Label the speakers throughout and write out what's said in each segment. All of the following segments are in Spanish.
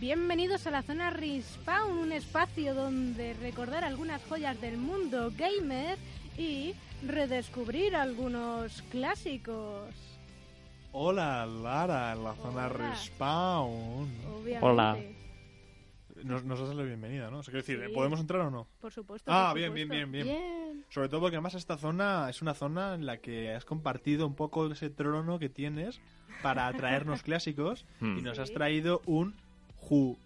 Speaker 1: Bienvenidos a la zona Respawn, un espacio donde recordar algunas joyas del mundo gamer y redescubrir algunos clásicos.
Speaker 2: Hola Lara, en la zona
Speaker 1: Hola.
Speaker 2: Respawn.
Speaker 1: Obviamente.
Speaker 3: Hola.
Speaker 2: Nos, nos has dado la bienvenida, ¿no? O sea, quiero decir,
Speaker 1: Sí.
Speaker 2: ¿podemos entrar o no?
Speaker 1: Por supuesto.
Speaker 2: Ah,
Speaker 1: por
Speaker 2: bien,
Speaker 1: supuesto.
Speaker 2: bien, bien, bien. Sobre todo porque además esta zona es una zona en la que has compartido un poco ese trono que tienes para traernos clásicos
Speaker 3: Hmm.
Speaker 2: y nos has
Speaker 1: Sí.
Speaker 2: traído un
Speaker 1: Gazo.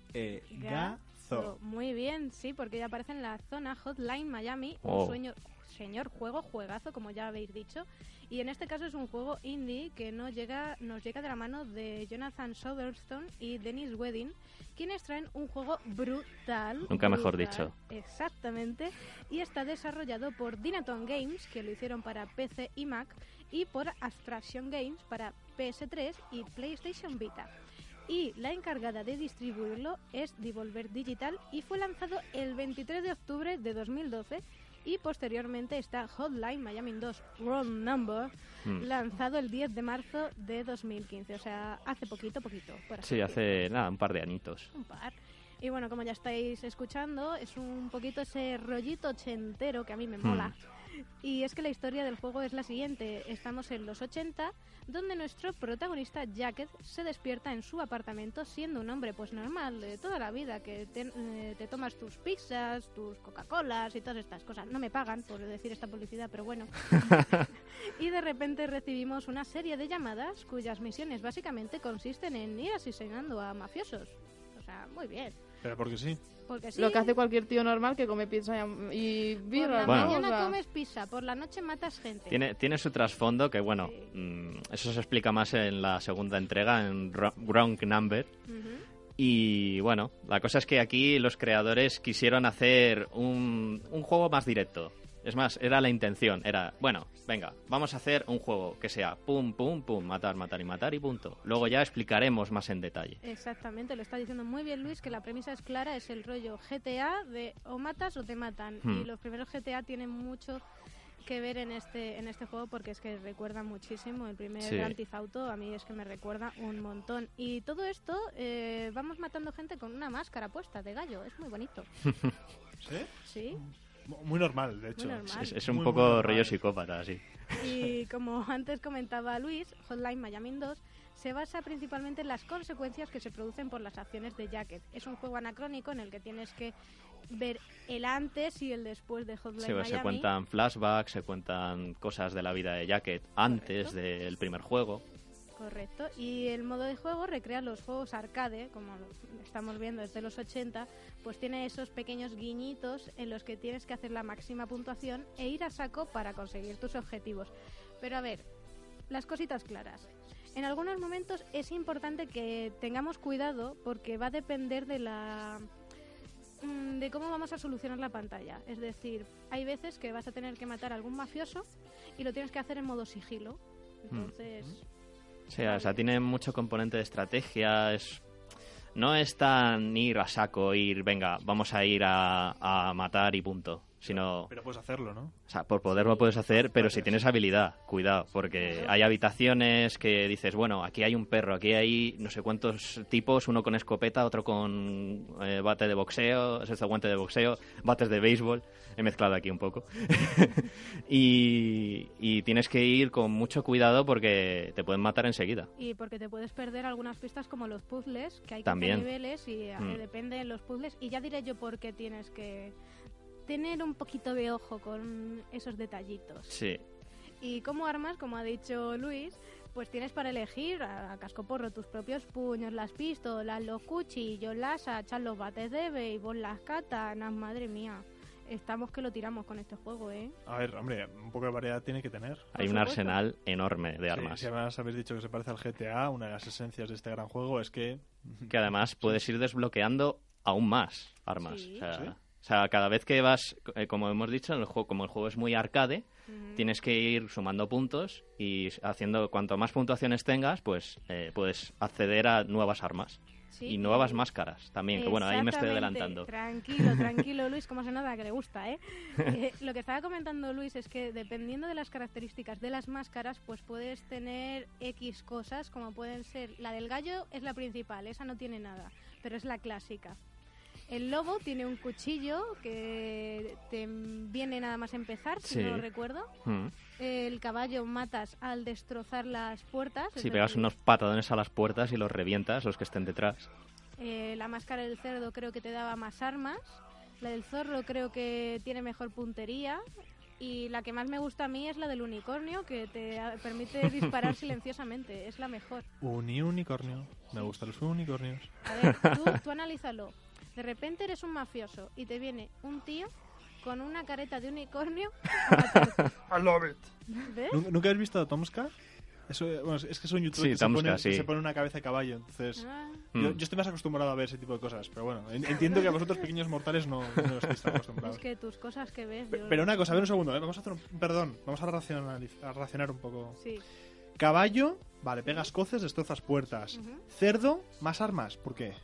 Speaker 2: juegazo.
Speaker 1: Muy bien, sí, porque ya aparece en la zona Hotline Miami,
Speaker 3: Oh.
Speaker 1: un sueño, señor juego, juegazo, como ya habéis dicho. Y en este caso es un juego indie que no llega, nos llega de la mano de Jonathan Southerstone y Dennis Wedding, quienes traen un juego brutal.
Speaker 3: Nunca mejor
Speaker 1: brutal,
Speaker 3: dicho.
Speaker 1: Exactamente. Y está desarrollado por Dynaton Games, que lo hicieron para PC y Mac, y por Abstraction Games para PS3 y PlayStation Vita. Y la encargada de distribuirlo es Devolver Digital y fue lanzado el 23 de octubre de 2012 y posteriormente está Hotline Miami 2 Round Number
Speaker 3: Mm.
Speaker 1: lanzado el 10 de marzo de 2015, o sea, hace poquito, poquito. por así
Speaker 3: Sí,
Speaker 1: decirlo
Speaker 3: hace nada, un par de añitos.
Speaker 1: un par. Y bueno, como ya estáis escuchando, es un poquito ese rollito ochentero que a mí me
Speaker 3: Hmm.
Speaker 1: mola. Y es que la historia del juego es la siguiente. Estamos en los 80, donde nuestro protagonista Jacket se despierta en su apartamento siendo un hombre pues normal de toda la vida, que te, eh, te tomas tus pizzas, tus Coca-Colas y todas estas cosas. No me pagan por decir esta publicidad, pero bueno. Y de repente recibimos una serie de llamadas cuyas misiones básicamente consisten en ir asesinando a mafiosos. O sea, muy bien.
Speaker 2: Pero porque sí.
Speaker 1: Porque sí,
Speaker 4: Lo que hace cualquier tío normal que come pizza y- y
Speaker 1: por la
Speaker 4: birra.
Speaker 3: Bueno.
Speaker 4: ¿no?
Speaker 1: mañana
Speaker 4: O sea,
Speaker 1: comes pizza, por la noche matas gente.
Speaker 3: Tiene, tiene su trasfondo que, bueno,
Speaker 1: Sí.
Speaker 3: mm, eso se explica más en la segunda entrega, en Ro- Wrong Number.
Speaker 1: Ujú.
Speaker 3: Y bueno, la cosa es que aquí los creadores quisieron hacer un, un juego más directo. Es más, era la intención, era, bueno, venga, vamos a hacer un juego que sea pum, pum, pum, matar, matar y matar y punto. Luego ya explicaremos más en detalle.
Speaker 1: Exactamente, lo está diciendo muy bien Luis, que la premisa es clara, es el rollo GTA de o matas o te matan.
Speaker 3: Hmm.
Speaker 1: Y los primeros GTA tienen mucho que ver en este en este juego porque es que recuerda muchísimo el primer
Speaker 3: Sí.
Speaker 1: Grand Theft Auto a mí es que me recuerda un montón y todo esto eh, vamos matando gente con una máscara puesta de gallo es muy bonito
Speaker 2: ¿Sí?
Speaker 1: sí
Speaker 2: Mu- Muy normal, de hecho.
Speaker 1: normal.
Speaker 3: Es, es un
Speaker 2: Muy, muy
Speaker 3: poco
Speaker 2: normal.
Speaker 3: rollo psicópata, sí.
Speaker 1: Y como antes comentaba Luis, Hotline Miami 2 se basa principalmente en las consecuencias que se producen por las acciones de Jacket. Es un juego anacrónico en el que tienes que ver el antes y el después de Hotline
Speaker 3: Sí, pues,
Speaker 1: Miami.
Speaker 3: se cuentan flashbacks, se cuentan cosas de la vida de Jacket antes
Speaker 1: Correcto.
Speaker 3: del primer juego.
Speaker 1: Correcto. Y el modo de juego recrea los juegos arcade, como lo estamos viendo desde los 80, pues tiene esos pequeños guiñitos en los que tienes que hacer la máxima puntuación e ir a saco para conseguir tus objetivos. Pero a ver, las cositas claras. En algunos momentos es importante que tengamos cuidado porque va a depender de la mm, de cómo vamos a solucionar la pantalla. Es decir, hay veces que vas a tener que matar a algún mafioso y lo tienes que hacer en modo sigilo. Entonces,
Speaker 3: Sí, o sea, tiene mucho componente de estrategia, es... No es tan ir a saco, ir, venga, vamos a ir a, a matar y punto. Sino, o
Speaker 2: Pero puedes hacerlo, ¿no?
Speaker 3: sea, por poder lo puedes hacer, pero si tienes habilidad, cuidado, porque hay habitaciones que dices, bueno, aquí hay un perro, aquí hay no sé cuántos tipos, uno con escopeta, otro con eh, bate de boxeo, es el guante de boxeo, bates de béisbol, he mezclado aquí un poco. y, y tienes que ir con mucho cuidado porque te pueden matar enseguida.
Speaker 1: Y porque te puedes perder algunas pistas como los puzzles, que hay
Speaker 3: También.
Speaker 1: 15 niveles y eh,
Speaker 3: Mm.
Speaker 1: depende de los puzzles. Y ya diré yo por qué tienes que tener un poquito de ojo con esos detallitos.
Speaker 3: Sí,
Speaker 1: Y como armas, como ha dicho Luis, pues tienes para elegir a, a cascoporro tus propios puños, las pistolas, los cuchillos, yo las hachas, los bates de béisbol, las katanas, madre mía. Estamos que lo tiramos con este juego, ¿eh?
Speaker 2: A ver, hombre, un poco de variedad tiene que tener.
Speaker 3: Hay un
Speaker 1: supuesto.
Speaker 3: arsenal enorme de armas.
Speaker 2: Sí, si además habéis dicho que se parece al GTA, una de las esencias de este gran juego es que
Speaker 3: que además puedes ir desbloqueando aún más armas.
Speaker 1: Sí.
Speaker 3: O, sea,
Speaker 2: Sí.
Speaker 3: o sea, cada vez que vas, eh, como hemos dicho, en el juego, como el juego es muy arcade,
Speaker 1: Ujú.
Speaker 3: tienes que ir sumando puntos y haciendo cuanto más puntuaciones tengas, pues eh, puedes acceder a nuevas armas
Speaker 1: Sí,
Speaker 3: y nuevas máscaras también. Que bueno, ahí me estoy
Speaker 1: Exactamente.
Speaker 3: adelantando.
Speaker 1: Tranquilo, tranquilo, Luis, como se nota que le gusta, ¿eh? Eh, Lo que estaba comentando Luis es que dependiendo de las características de las máscaras, pues puedes tener X cosas, como pueden ser. La del gallo es la principal, esa no tiene nada, pero es la clásica. El lobo tiene un cuchillo que te viene nada más empezar, si
Speaker 3: Sí.
Speaker 1: no lo recuerdo.
Speaker 3: Mm.
Speaker 1: El caballo matas al destrozar las puertas. es
Speaker 3: Si pegas
Speaker 1: decir,
Speaker 3: unos patadones a las puertas y los revientas, los que estén detrás.
Speaker 1: Eh, la máscara del cerdo creo que te daba más armas. La del zorro creo que tiene mejor puntería. Y la que más me gusta a mí es la del unicornio, que te ah, permite disparar silenciosamente. Es la mejor.
Speaker 2: un unicornio. Me gustan los unicornios.
Speaker 1: A ver, tú, tú analízalo. De repente eres un mafioso y te viene un tío con una careta de unicornio. a matarte.
Speaker 2: I love it.
Speaker 1: ¿Ves?
Speaker 2: ¿Nun- ¿Nunca habéis visto a Tomska? Eso, eh, bueno, es que es un youtuber
Speaker 3: Sí,
Speaker 2: que,
Speaker 3: Tomska,
Speaker 2: se pone,
Speaker 3: sí.
Speaker 2: que se pone una cabeza de caballo, entonces...
Speaker 1: Ah,
Speaker 2: Yo,
Speaker 3: Mm.
Speaker 2: yo estoy más acostumbrado a ver ese tipo de cosas, pero bueno, en- entiendo que a vosotros pequeños mortales no, no estáis tan acostumbrados.
Speaker 1: Ah, es que tus cosas que ves.
Speaker 2: Pe-
Speaker 1: yo-
Speaker 2: Pero una cosa, a ver un segundo, ¿eh? vamos a hacer un... Perdón, vamos a, racionaliz- a racionar un poco.
Speaker 1: Sí.
Speaker 2: Caballo, vale, pegas coces, destrozas puertas.
Speaker 1: Ujú.
Speaker 2: Cerdo, más armas, ¿por qué?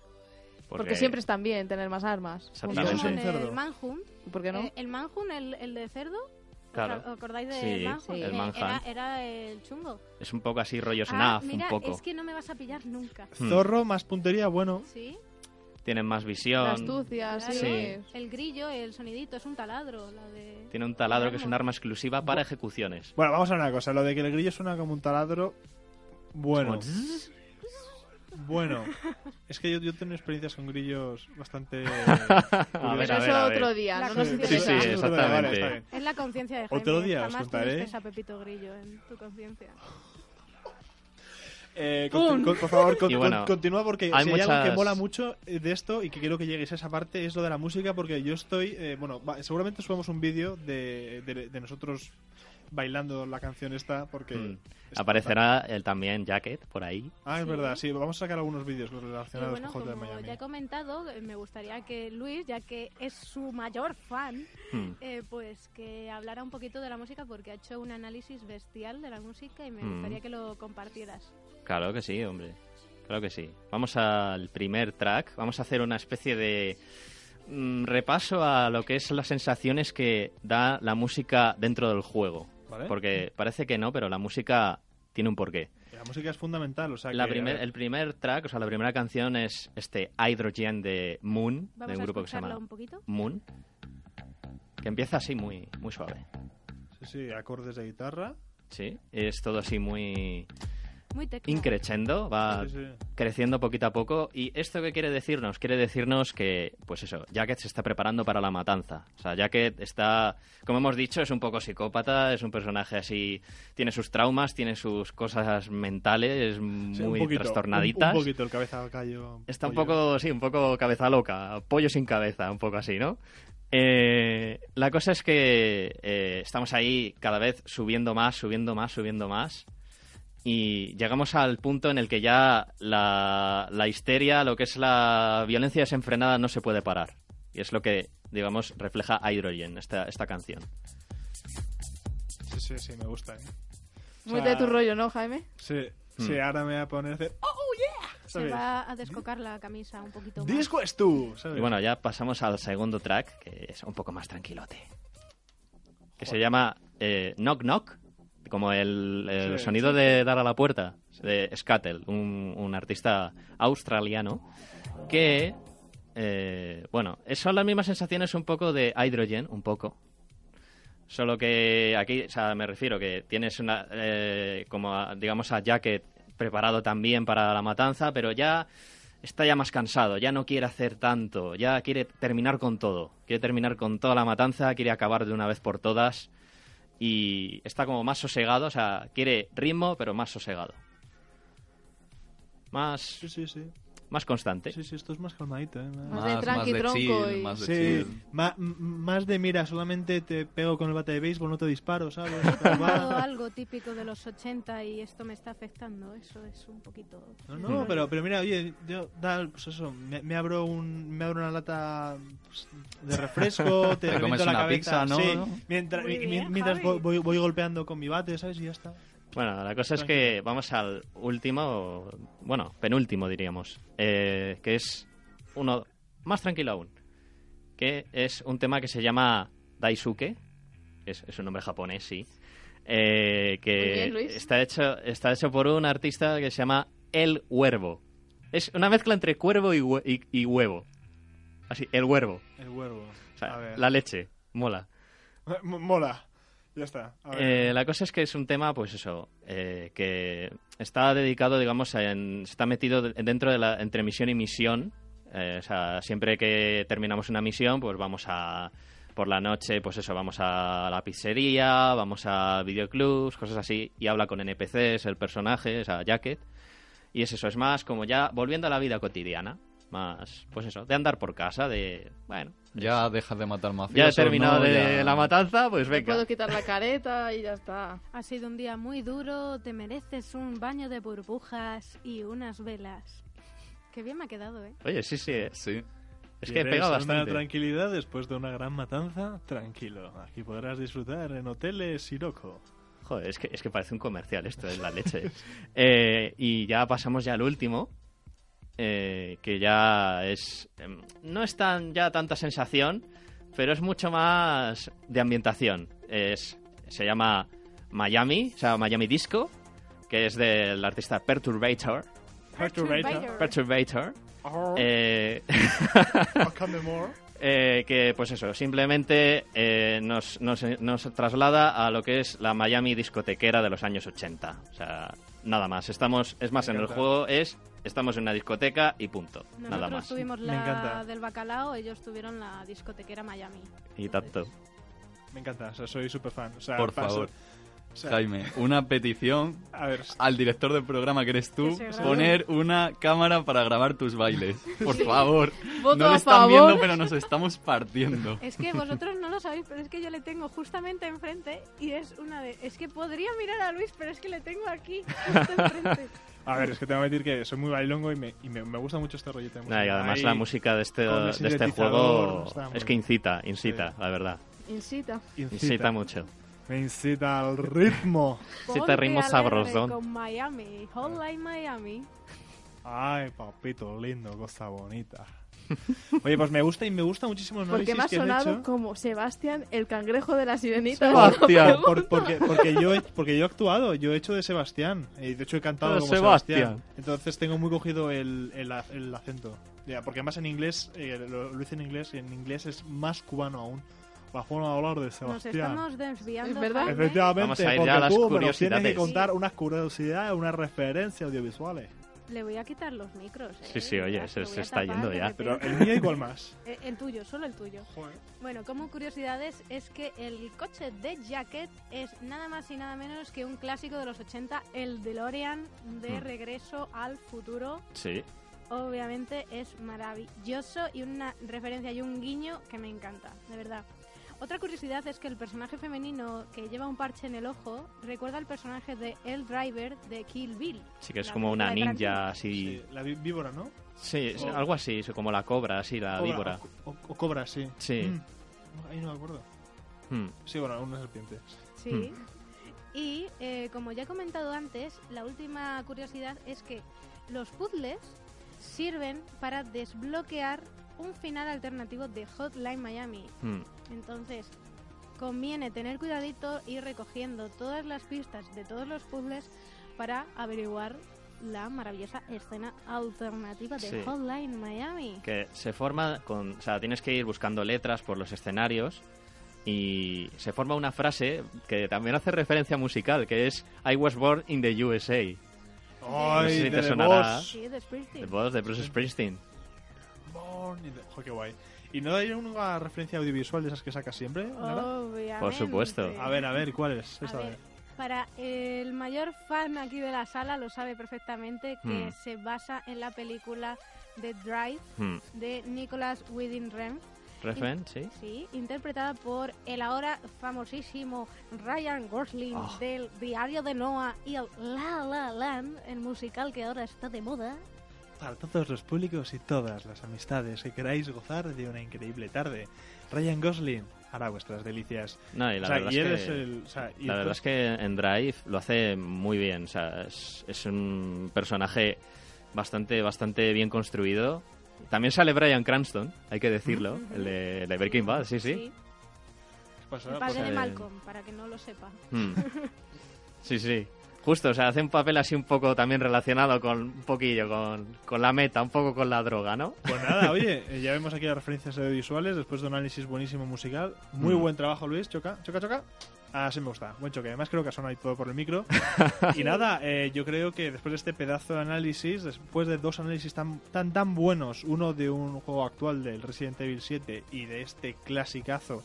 Speaker 4: Porque... siempre están bien tener más armas.
Speaker 1: Es
Speaker 3: Exactamente.
Speaker 1: como
Speaker 2: Claramente.
Speaker 1: en el
Speaker 2: Cerdo.
Speaker 1: Manhunt.
Speaker 4: ¿Por qué no?
Speaker 1: Eh, el Manhunt, el, el de cerdo. ¿Os
Speaker 3: Claro.
Speaker 1: ac- acordáis del
Speaker 3: Sí,
Speaker 1: Manhunt?
Speaker 4: sí. el
Speaker 1: Eh,
Speaker 3: Manhunt.
Speaker 1: Era, era el chungo.
Speaker 3: Es un poco así rollo
Speaker 1: Ah,
Speaker 3: snaf,
Speaker 1: mira,
Speaker 3: un poco.
Speaker 1: es que no me vas a pillar nunca.
Speaker 3: Hmm.
Speaker 2: Zorro, más puntería, bueno.
Speaker 1: ¿Sí?
Speaker 3: Tienen más
Speaker 4: La
Speaker 3: visión.
Speaker 4: astucia, sí.
Speaker 3: Sí.
Speaker 1: El grillo, el sonidito, es un taladro. La de...
Speaker 3: Tiene un taladro que es un arma exclusiva para ejecuciones.
Speaker 2: Bueno, vamos a una cosa, lo de que el grillo suena como un taladro, bueno.
Speaker 3: Como zzzz.
Speaker 2: Bueno, es que yo, yo tengo experiencias con grillos bastante...
Speaker 3: A ver,
Speaker 4: Pero
Speaker 3: a ver,
Speaker 4: Pues eso
Speaker 3: a ver.
Speaker 4: otro día,
Speaker 1: La
Speaker 4: no nos
Speaker 1: conciencia.
Speaker 2: Sí,
Speaker 4: interesa.
Speaker 2: sí,
Speaker 3: Sí,
Speaker 2: es verdad, vale,
Speaker 3: exactamente.
Speaker 2: está bien.
Speaker 1: Es la conciencia de Jaime.
Speaker 2: Otro día os
Speaker 1: Jamás
Speaker 2: contaré.
Speaker 1: tuviste a Pepito Grillo en tu conciencia.
Speaker 2: Eh, con- con- por favor, con-
Speaker 3: Y bueno,
Speaker 2: con- continúa porque
Speaker 3: hay
Speaker 2: si hay algo que
Speaker 3: muchas-
Speaker 2: mola mucho eh, de esto y que quiero que lleguéis a esa parte es lo de la música porque yo estoy, eh, bueno, va- seguramente subamos un vídeo de, de- de nosotros bailando la canción esta porque...
Speaker 3: Mm.
Speaker 2: es-
Speaker 3: Aparecerá el también Jacket por ahí.
Speaker 2: Ah, es
Speaker 1: Sí.
Speaker 2: verdad, sí, vamos a sacar algunos vídeos
Speaker 1: Y
Speaker 2: relacionados
Speaker 1: bueno,
Speaker 2: con Hotline
Speaker 1: como
Speaker 2: Miami.
Speaker 1: ya he comentado, eh, me gustaría que Luis, ya que es su mayor fan,
Speaker 3: Mm.
Speaker 1: eh, pues que hablara un poquito de la música porque ha hecho un análisis bestial de la música y me
Speaker 3: Mm.
Speaker 1: gustaría que lo compartieras.
Speaker 3: Claro que sí, hombre. Claro que sí. Vamos al primer track. Vamos a hacer una especie de mm, repaso a lo que es las sensaciones que da la música dentro del juego.
Speaker 2: ¿Vale?
Speaker 3: Porque parece que no, pero la música tiene un porqué.
Speaker 2: La música es fundamental, o sea
Speaker 3: La
Speaker 2: que... eh,
Speaker 3: primer- el primer track, o sea, la primera canción es este Hydrogen de Moon,
Speaker 1: Vamos
Speaker 3: de
Speaker 1: a
Speaker 3: un grupo que se
Speaker 1: escucharlo
Speaker 3: llama
Speaker 1: un poquito.
Speaker 3: Moon, que empieza así muy, muy suave.
Speaker 2: Sí, sí, acordes de guitarra.
Speaker 3: Sí, es todo así muy
Speaker 1: Muy técnico.
Speaker 3: increchendo, va
Speaker 2: Sí, sí.
Speaker 3: creciendo poquito a poco. ¿Y esto qué quiere decirnos? Quiere decirnos que, pues eso, Jacket se está preparando para la matanza. O sea, Jacket está, como hemos dicho, es un poco psicópata, es un personaje así, tiene sus traumas, tiene sus cosas mentales muy
Speaker 2: Sí, un poquito,
Speaker 3: trastornaditas.
Speaker 2: Un, un poquito el cabeza al callo.
Speaker 3: Está un
Speaker 2: pollo.
Speaker 3: poco, sí, un poco cabeza loca, pollo sin cabeza, un poco así, ¿no? Eh, la cosa es que eh, estamos ahí cada vez subiendo más, subiendo más, subiendo más. Y llegamos al punto en el que ya la, la histeria, lo que es la violencia desenfrenada, no se puede parar. Y es lo que, digamos, refleja Hydrogen, esta, esta canción.
Speaker 2: Sí, sí, sí, me gusta, ¿eh?
Speaker 4: Muy
Speaker 2: O sea,
Speaker 4: de tu rollo, ¿no, Jaime?
Speaker 2: Sí, sí,
Speaker 3: Hmm.
Speaker 2: ahora me voy a poner... de- ¡Oh, yeah!
Speaker 1: Se
Speaker 2: ¿Sabes?
Speaker 1: va a descocar la camisa un poquito más.
Speaker 2: Disco es tú, ¿sabes?
Speaker 3: Y bueno, ya pasamos al segundo track, que es un poco más tranquilote. Que se llama eh, Knock Knock, como el, el
Speaker 2: Sí,
Speaker 3: sonido de dar a la puerta, de Scattle, un, un artista australiano, que, eh, bueno, es- son las mismas sensaciones un poco de Hydrogen, un poco. Solo que aquí, o sea, me refiero que tienes una, eh, como a- digamos a Jacket preparado también para la matanza, pero ya está ya más cansado, ya no quiere hacer tanto, ya quiere terminar con todo, quiere terminar con toda la matanza, quiere acabar de una vez por todas. y está como más sosegado, o sea, quiere ritmo, pero más sosegado. Más,
Speaker 2: Sí, sí, sí.
Speaker 3: más constante.
Speaker 2: Sí, sí, esto es más calmadito, ¿eh? Más-
Speaker 4: Más de tranqui, tronco y-
Speaker 5: más Ah, de
Speaker 2: Sí,
Speaker 5: chill.
Speaker 2: ma- m- más de mira, solamente te pego con el bate de béisbol, no te disparo, ¿sabes? Pero
Speaker 1: tomado
Speaker 2: va-
Speaker 1: algo típico de los 80 y esto me está afectando. Eso es un poquito.
Speaker 2: No, no,
Speaker 3: Mm.
Speaker 2: pero, pero mira, oye, yo da, pues eso, me, me abro un, me abro una lata pues, de refresco, te,
Speaker 5: Te comes
Speaker 2: reviento la
Speaker 5: una
Speaker 2: cabeza,
Speaker 5: pizza, ¿no?
Speaker 2: sí,
Speaker 5: ¿No?
Speaker 2: mientras,
Speaker 1: Muy
Speaker 2: mi- mi-
Speaker 1: bien,
Speaker 2: mientras
Speaker 1: Javi.
Speaker 2: voy, voy- voy golpeando con mi bate, ¿sabes? Y ya está.
Speaker 3: Bueno, la cosa es que vamos al último, bueno, penúltimo diríamos, eh, que es uno más tranquilo aún, que es un tema que se llama Daisuke, es, es un nombre japonés, sí, eh,
Speaker 4: Muy
Speaker 3: que
Speaker 4: bien, Luis.
Speaker 3: está hecho está hecho por un artista que se llama El Huervo. Es una mezcla entre cuervo y, hue- y- y huevo. Así, el huervo.
Speaker 2: El huevo.
Speaker 3: O sea,
Speaker 2: a ver.
Speaker 3: la leche. Mola.
Speaker 2: M- Mola. Ya está. A ver.
Speaker 3: Eh, la cosa es que es un tema, pues eso, eh, que está dedicado, digamos, en- está metido de- dentro de la entre misión y misión. Eh, o sea, siempre que terminamos una misión, pues vamos a por la noche, pues eso, vamos a la pizzería, vamos a videoclubs, cosas así, y habla con NPCs, el personaje, o sea, Jacket. Y es eso, es más como ya volviendo a la vida cotidiana, más, pues eso, de andar por casa, de, bueno,
Speaker 5: Ya deja de matar mafiosos.
Speaker 3: ya he terminado
Speaker 5: ¿no?
Speaker 3: de
Speaker 5: Ya-
Speaker 3: la matanza, pues
Speaker 4: Me
Speaker 3: venga.
Speaker 4: puedo quitar la careta y ya está.
Speaker 1: Ha sido un día muy duro, te mereces un baño de burbujas y unas velas. Qué bien me ha quedado, ¿eh?
Speaker 3: Oye, sí, sí, eh.
Speaker 5: Sí.
Speaker 3: es que
Speaker 2: ¿Quieres
Speaker 3: pega
Speaker 2: Una
Speaker 3: bastante.
Speaker 2: tranquilidad después de una gran matanza, tranquilo. Aquí podrás disfrutar en hoteles Siroco.
Speaker 3: Joder, es que, es que parece un comercial esto, es la leche. Eh, y ya pasamos ya al último, eh, que ya es... em, No es tan ya tanta sensación, pero es mucho más de ambientación. Es, se llama Miami, o sea, Miami Disco, que es del artista Perturbator.
Speaker 2: Perturbator.
Speaker 3: Perturbator. Eh,
Speaker 2: more.
Speaker 3: Eh, que pues eso, simplemente eh, nos, nos, nos traslada a lo que es la Miami discotequera de los años 80. O sea, nada más. Estamos, es más,
Speaker 2: Me
Speaker 3: en el
Speaker 2: encanta.
Speaker 3: juego es, estamos en una discoteca y punto. nada
Speaker 1: Nosotros
Speaker 3: más.
Speaker 1: tuvimos
Speaker 2: Me
Speaker 1: la
Speaker 2: encanta.
Speaker 1: del bacalao, ellos tuvieron la discotequera Miami.
Speaker 3: Y tanto.
Speaker 2: Me encanta, o sea, soy súper fan. O sea,
Speaker 5: Por
Speaker 2: paso-
Speaker 5: favor,
Speaker 2: o sea,
Speaker 5: Jaime, una petición
Speaker 2: A ver,
Speaker 5: al director del programa que eres tú,
Speaker 1: Que se grabe.
Speaker 5: poner una cámara para grabar tus bailes. Por favor.
Speaker 4: Voto
Speaker 5: no lo
Speaker 4: a
Speaker 5: están
Speaker 4: favor.
Speaker 5: viendo, pero nos estamos partiendo.
Speaker 1: Es que vosotros no lo sabéis, pero es que yo le tengo justamente enfrente y es una de... Es que podría mirar a Luis, pero es que le tengo aquí justo enfrente.
Speaker 2: a ver, es que te voy a decir que soy muy bailongo y me, y me, me gusta mucho este rollete. de
Speaker 3: Nada, y además
Speaker 2: Ahí-
Speaker 3: la música de este,
Speaker 2: con el
Speaker 3: de este
Speaker 2: sintetizador
Speaker 3: juego
Speaker 2: está muy
Speaker 3: es que
Speaker 2: bien.
Speaker 3: incita, incita,
Speaker 2: Sí.
Speaker 3: la verdad.
Speaker 4: Incita.
Speaker 3: Incita mucho.
Speaker 2: Me incita al ritmo.
Speaker 3: Sí, te
Speaker 1: Ponte
Speaker 3: ritmo
Speaker 1: alegre
Speaker 3: sabrosón.
Speaker 1: Con Miami, Hotline Miami.
Speaker 2: Ay, papito lindo, cosa bonita. Oye, pues me gusta y me gusta muchísimo el
Speaker 4: Porque
Speaker 2: análisis
Speaker 4: me ha
Speaker 2: que has
Speaker 4: sonado
Speaker 2: hecho.
Speaker 4: como Sebastián, el cangrejo de la sirenita.
Speaker 5: Sebastián.
Speaker 2: Por- porque, porque, yo he, porque yo he actuado, yo he hecho de Sebastián. Y de hecho he cantado
Speaker 3: Ah,
Speaker 2: como Sebastián.
Speaker 3: Sebastián.
Speaker 2: Entonces tengo muy cogido el, el, ac- el acento. Ya, porque además en inglés, eh, lo, lo hice en inglés y en inglés es más cubano aún. La forma de hablar de
Speaker 1: Nos
Speaker 2: Sebastián.
Speaker 1: estamos desviando.
Speaker 4: Es verdad.
Speaker 1: Jaime.
Speaker 3: Vamos
Speaker 2: Efectivamente,
Speaker 3: a ir ya
Speaker 2: porque
Speaker 3: a las
Speaker 2: tú me nos tienes que
Speaker 3: curiosidades.
Speaker 2: contar unas curiosidades, unas referencias audiovisuales.
Speaker 1: Le voy a quitar los micros. ¿eh?
Speaker 3: Sí, sí, oye,
Speaker 1: Verás,
Speaker 3: se-
Speaker 1: lo
Speaker 3: se
Speaker 1: voy a
Speaker 3: está
Speaker 1: tapar
Speaker 3: yendo
Speaker 1: de
Speaker 3: ya.
Speaker 1: repente.
Speaker 2: Pero el mío igual más.
Speaker 1: Eh, El tuyo, solo el tuyo. Bueno, como curiosidades es que el coche de Jacket es nada más y nada menos que un clásico de los 80, el DeLorean de
Speaker 3: Mm.
Speaker 1: Regreso al Futuro.
Speaker 3: Sí.
Speaker 1: Obviamente es maravilloso y una referencia y un guiño que me encanta, de verdad. Otra curiosidad es que el personaje femenino que lleva un parche en el ojo recuerda al personaje de El Driver de Kill Bill.
Speaker 3: Sí que es
Speaker 1: La
Speaker 3: como una
Speaker 1: película de
Speaker 3: ninja
Speaker 1: Tarantino.
Speaker 3: así.
Speaker 2: Sí, la ví- víbora, ¿no?
Speaker 3: Sí, es
Speaker 2: Sí.
Speaker 3: algo así, es como la cobra, así, la
Speaker 2: Cobra,
Speaker 3: víbora.
Speaker 2: O, o- o cobra, sí.
Speaker 3: Sí.
Speaker 2: Mm. Ahí no me acuerdo.
Speaker 3: Hmm.
Speaker 2: Sí, bueno, una serpiente.
Speaker 1: Sí. Y eh, como ya he comentado antes, la última curiosidad es que los puzzles sirven para desbloquear un final alternativo de Hotline Miami.
Speaker 3: Hmm.
Speaker 1: Entonces, conviene tener cuidadito y recogiendo todas las pistas de todos los puzzles para averiguar la maravillosa escena alternativa de
Speaker 3: Sí.
Speaker 1: Hotline Miami.
Speaker 3: que se forma con, o sea, tienes que ir buscando letras por los escenarios y se forma una frase que también hace referencia musical, que es I was born in the USA, de
Speaker 2: Ay,
Speaker 3: No sé si
Speaker 2: de
Speaker 3: te
Speaker 2: The
Speaker 3: sonará.
Speaker 2: Boss.
Speaker 1: Sí, de Springsteen.
Speaker 3: voz de Bruce Springsteen.
Speaker 2: Born in the- Jo, qué guay. ¿Y no hay una referencia audiovisual de esas que sacas siempre? Nara?
Speaker 1: Obviamente.
Speaker 3: Por supuesto.
Speaker 2: A ver, pues a ver, ¿cuál es? eh.
Speaker 1: A
Speaker 2: Esta
Speaker 1: ver,
Speaker 2: vez.
Speaker 1: para el mayor fan aquí de la sala lo sabe perfectamente que
Speaker 3: Hmm.
Speaker 1: se basa en la película The Drive
Speaker 3: Hmm.
Speaker 1: de Nicolas Winding Refn,
Speaker 3: Refn, sí.
Speaker 1: sí, interpretada por el ahora famosísimo Ryan Gosling
Speaker 3: Ah.
Speaker 1: del Diario de Noah y el La La Land, el musical que ahora está de moda.
Speaker 2: Para todos los públicos y todas las amistades que queráis gozar de una increíble tarde, Ryan Gosling hará vuestras delicias.
Speaker 3: No, y la
Speaker 2: o sea,
Speaker 3: verdad
Speaker 2: y él
Speaker 3: es
Speaker 2: es
Speaker 3: que...
Speaker 2: el. o sea, y
Speaker 3: La verdad
Speaker 2: entonces-
Speaker 3: es que en Drive lo hace muy bien. O sea, es, es un personaje bastante, bastante bien construido. También sale Brian Cranston, hay que decirlo, el de, el de Breaking Bad, sí, sí.
Speaker 2: ¿Qué pasa?
Speaker 1: El
Speaker 2: Pues,
Speaker 1: padre de
Speaker 3: eh,
Speaker 1: Malcolm, para que no lo sepa.
Speaker 3: Hmm. Sí, sí. Justo, o sea, hace un papel así un poco también relacionado con un poquillo, con, con la meta, un poco con la droga, ¿no?
Speaker 2: pues nada, oye, eh, ya vemos aquí las referencias audiovisuales después de un análisis buenísimo musical. Muy
Speaker 3: Mm.
Speaker 2: buen trabajo, Luis. Choca, choca, choca. Ah, sí me gusta. Buen choque. Además creo que ha sonado ahí todo por el micro. y nada, eh, yo creo que después de este pedazo de análisis, después de dos análisis tan, tan, tan buenos, uno de un juego actual del Resident Evil 7 y de este clasicazo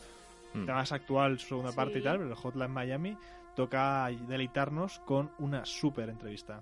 Speaker 3: Mm.
Speaker 2: más actual, su segunda
Speaker 4: Sí.
Speaker 2: parte y tal, pero el Hotline Miami, toca deleitarnos con una súper entrevista.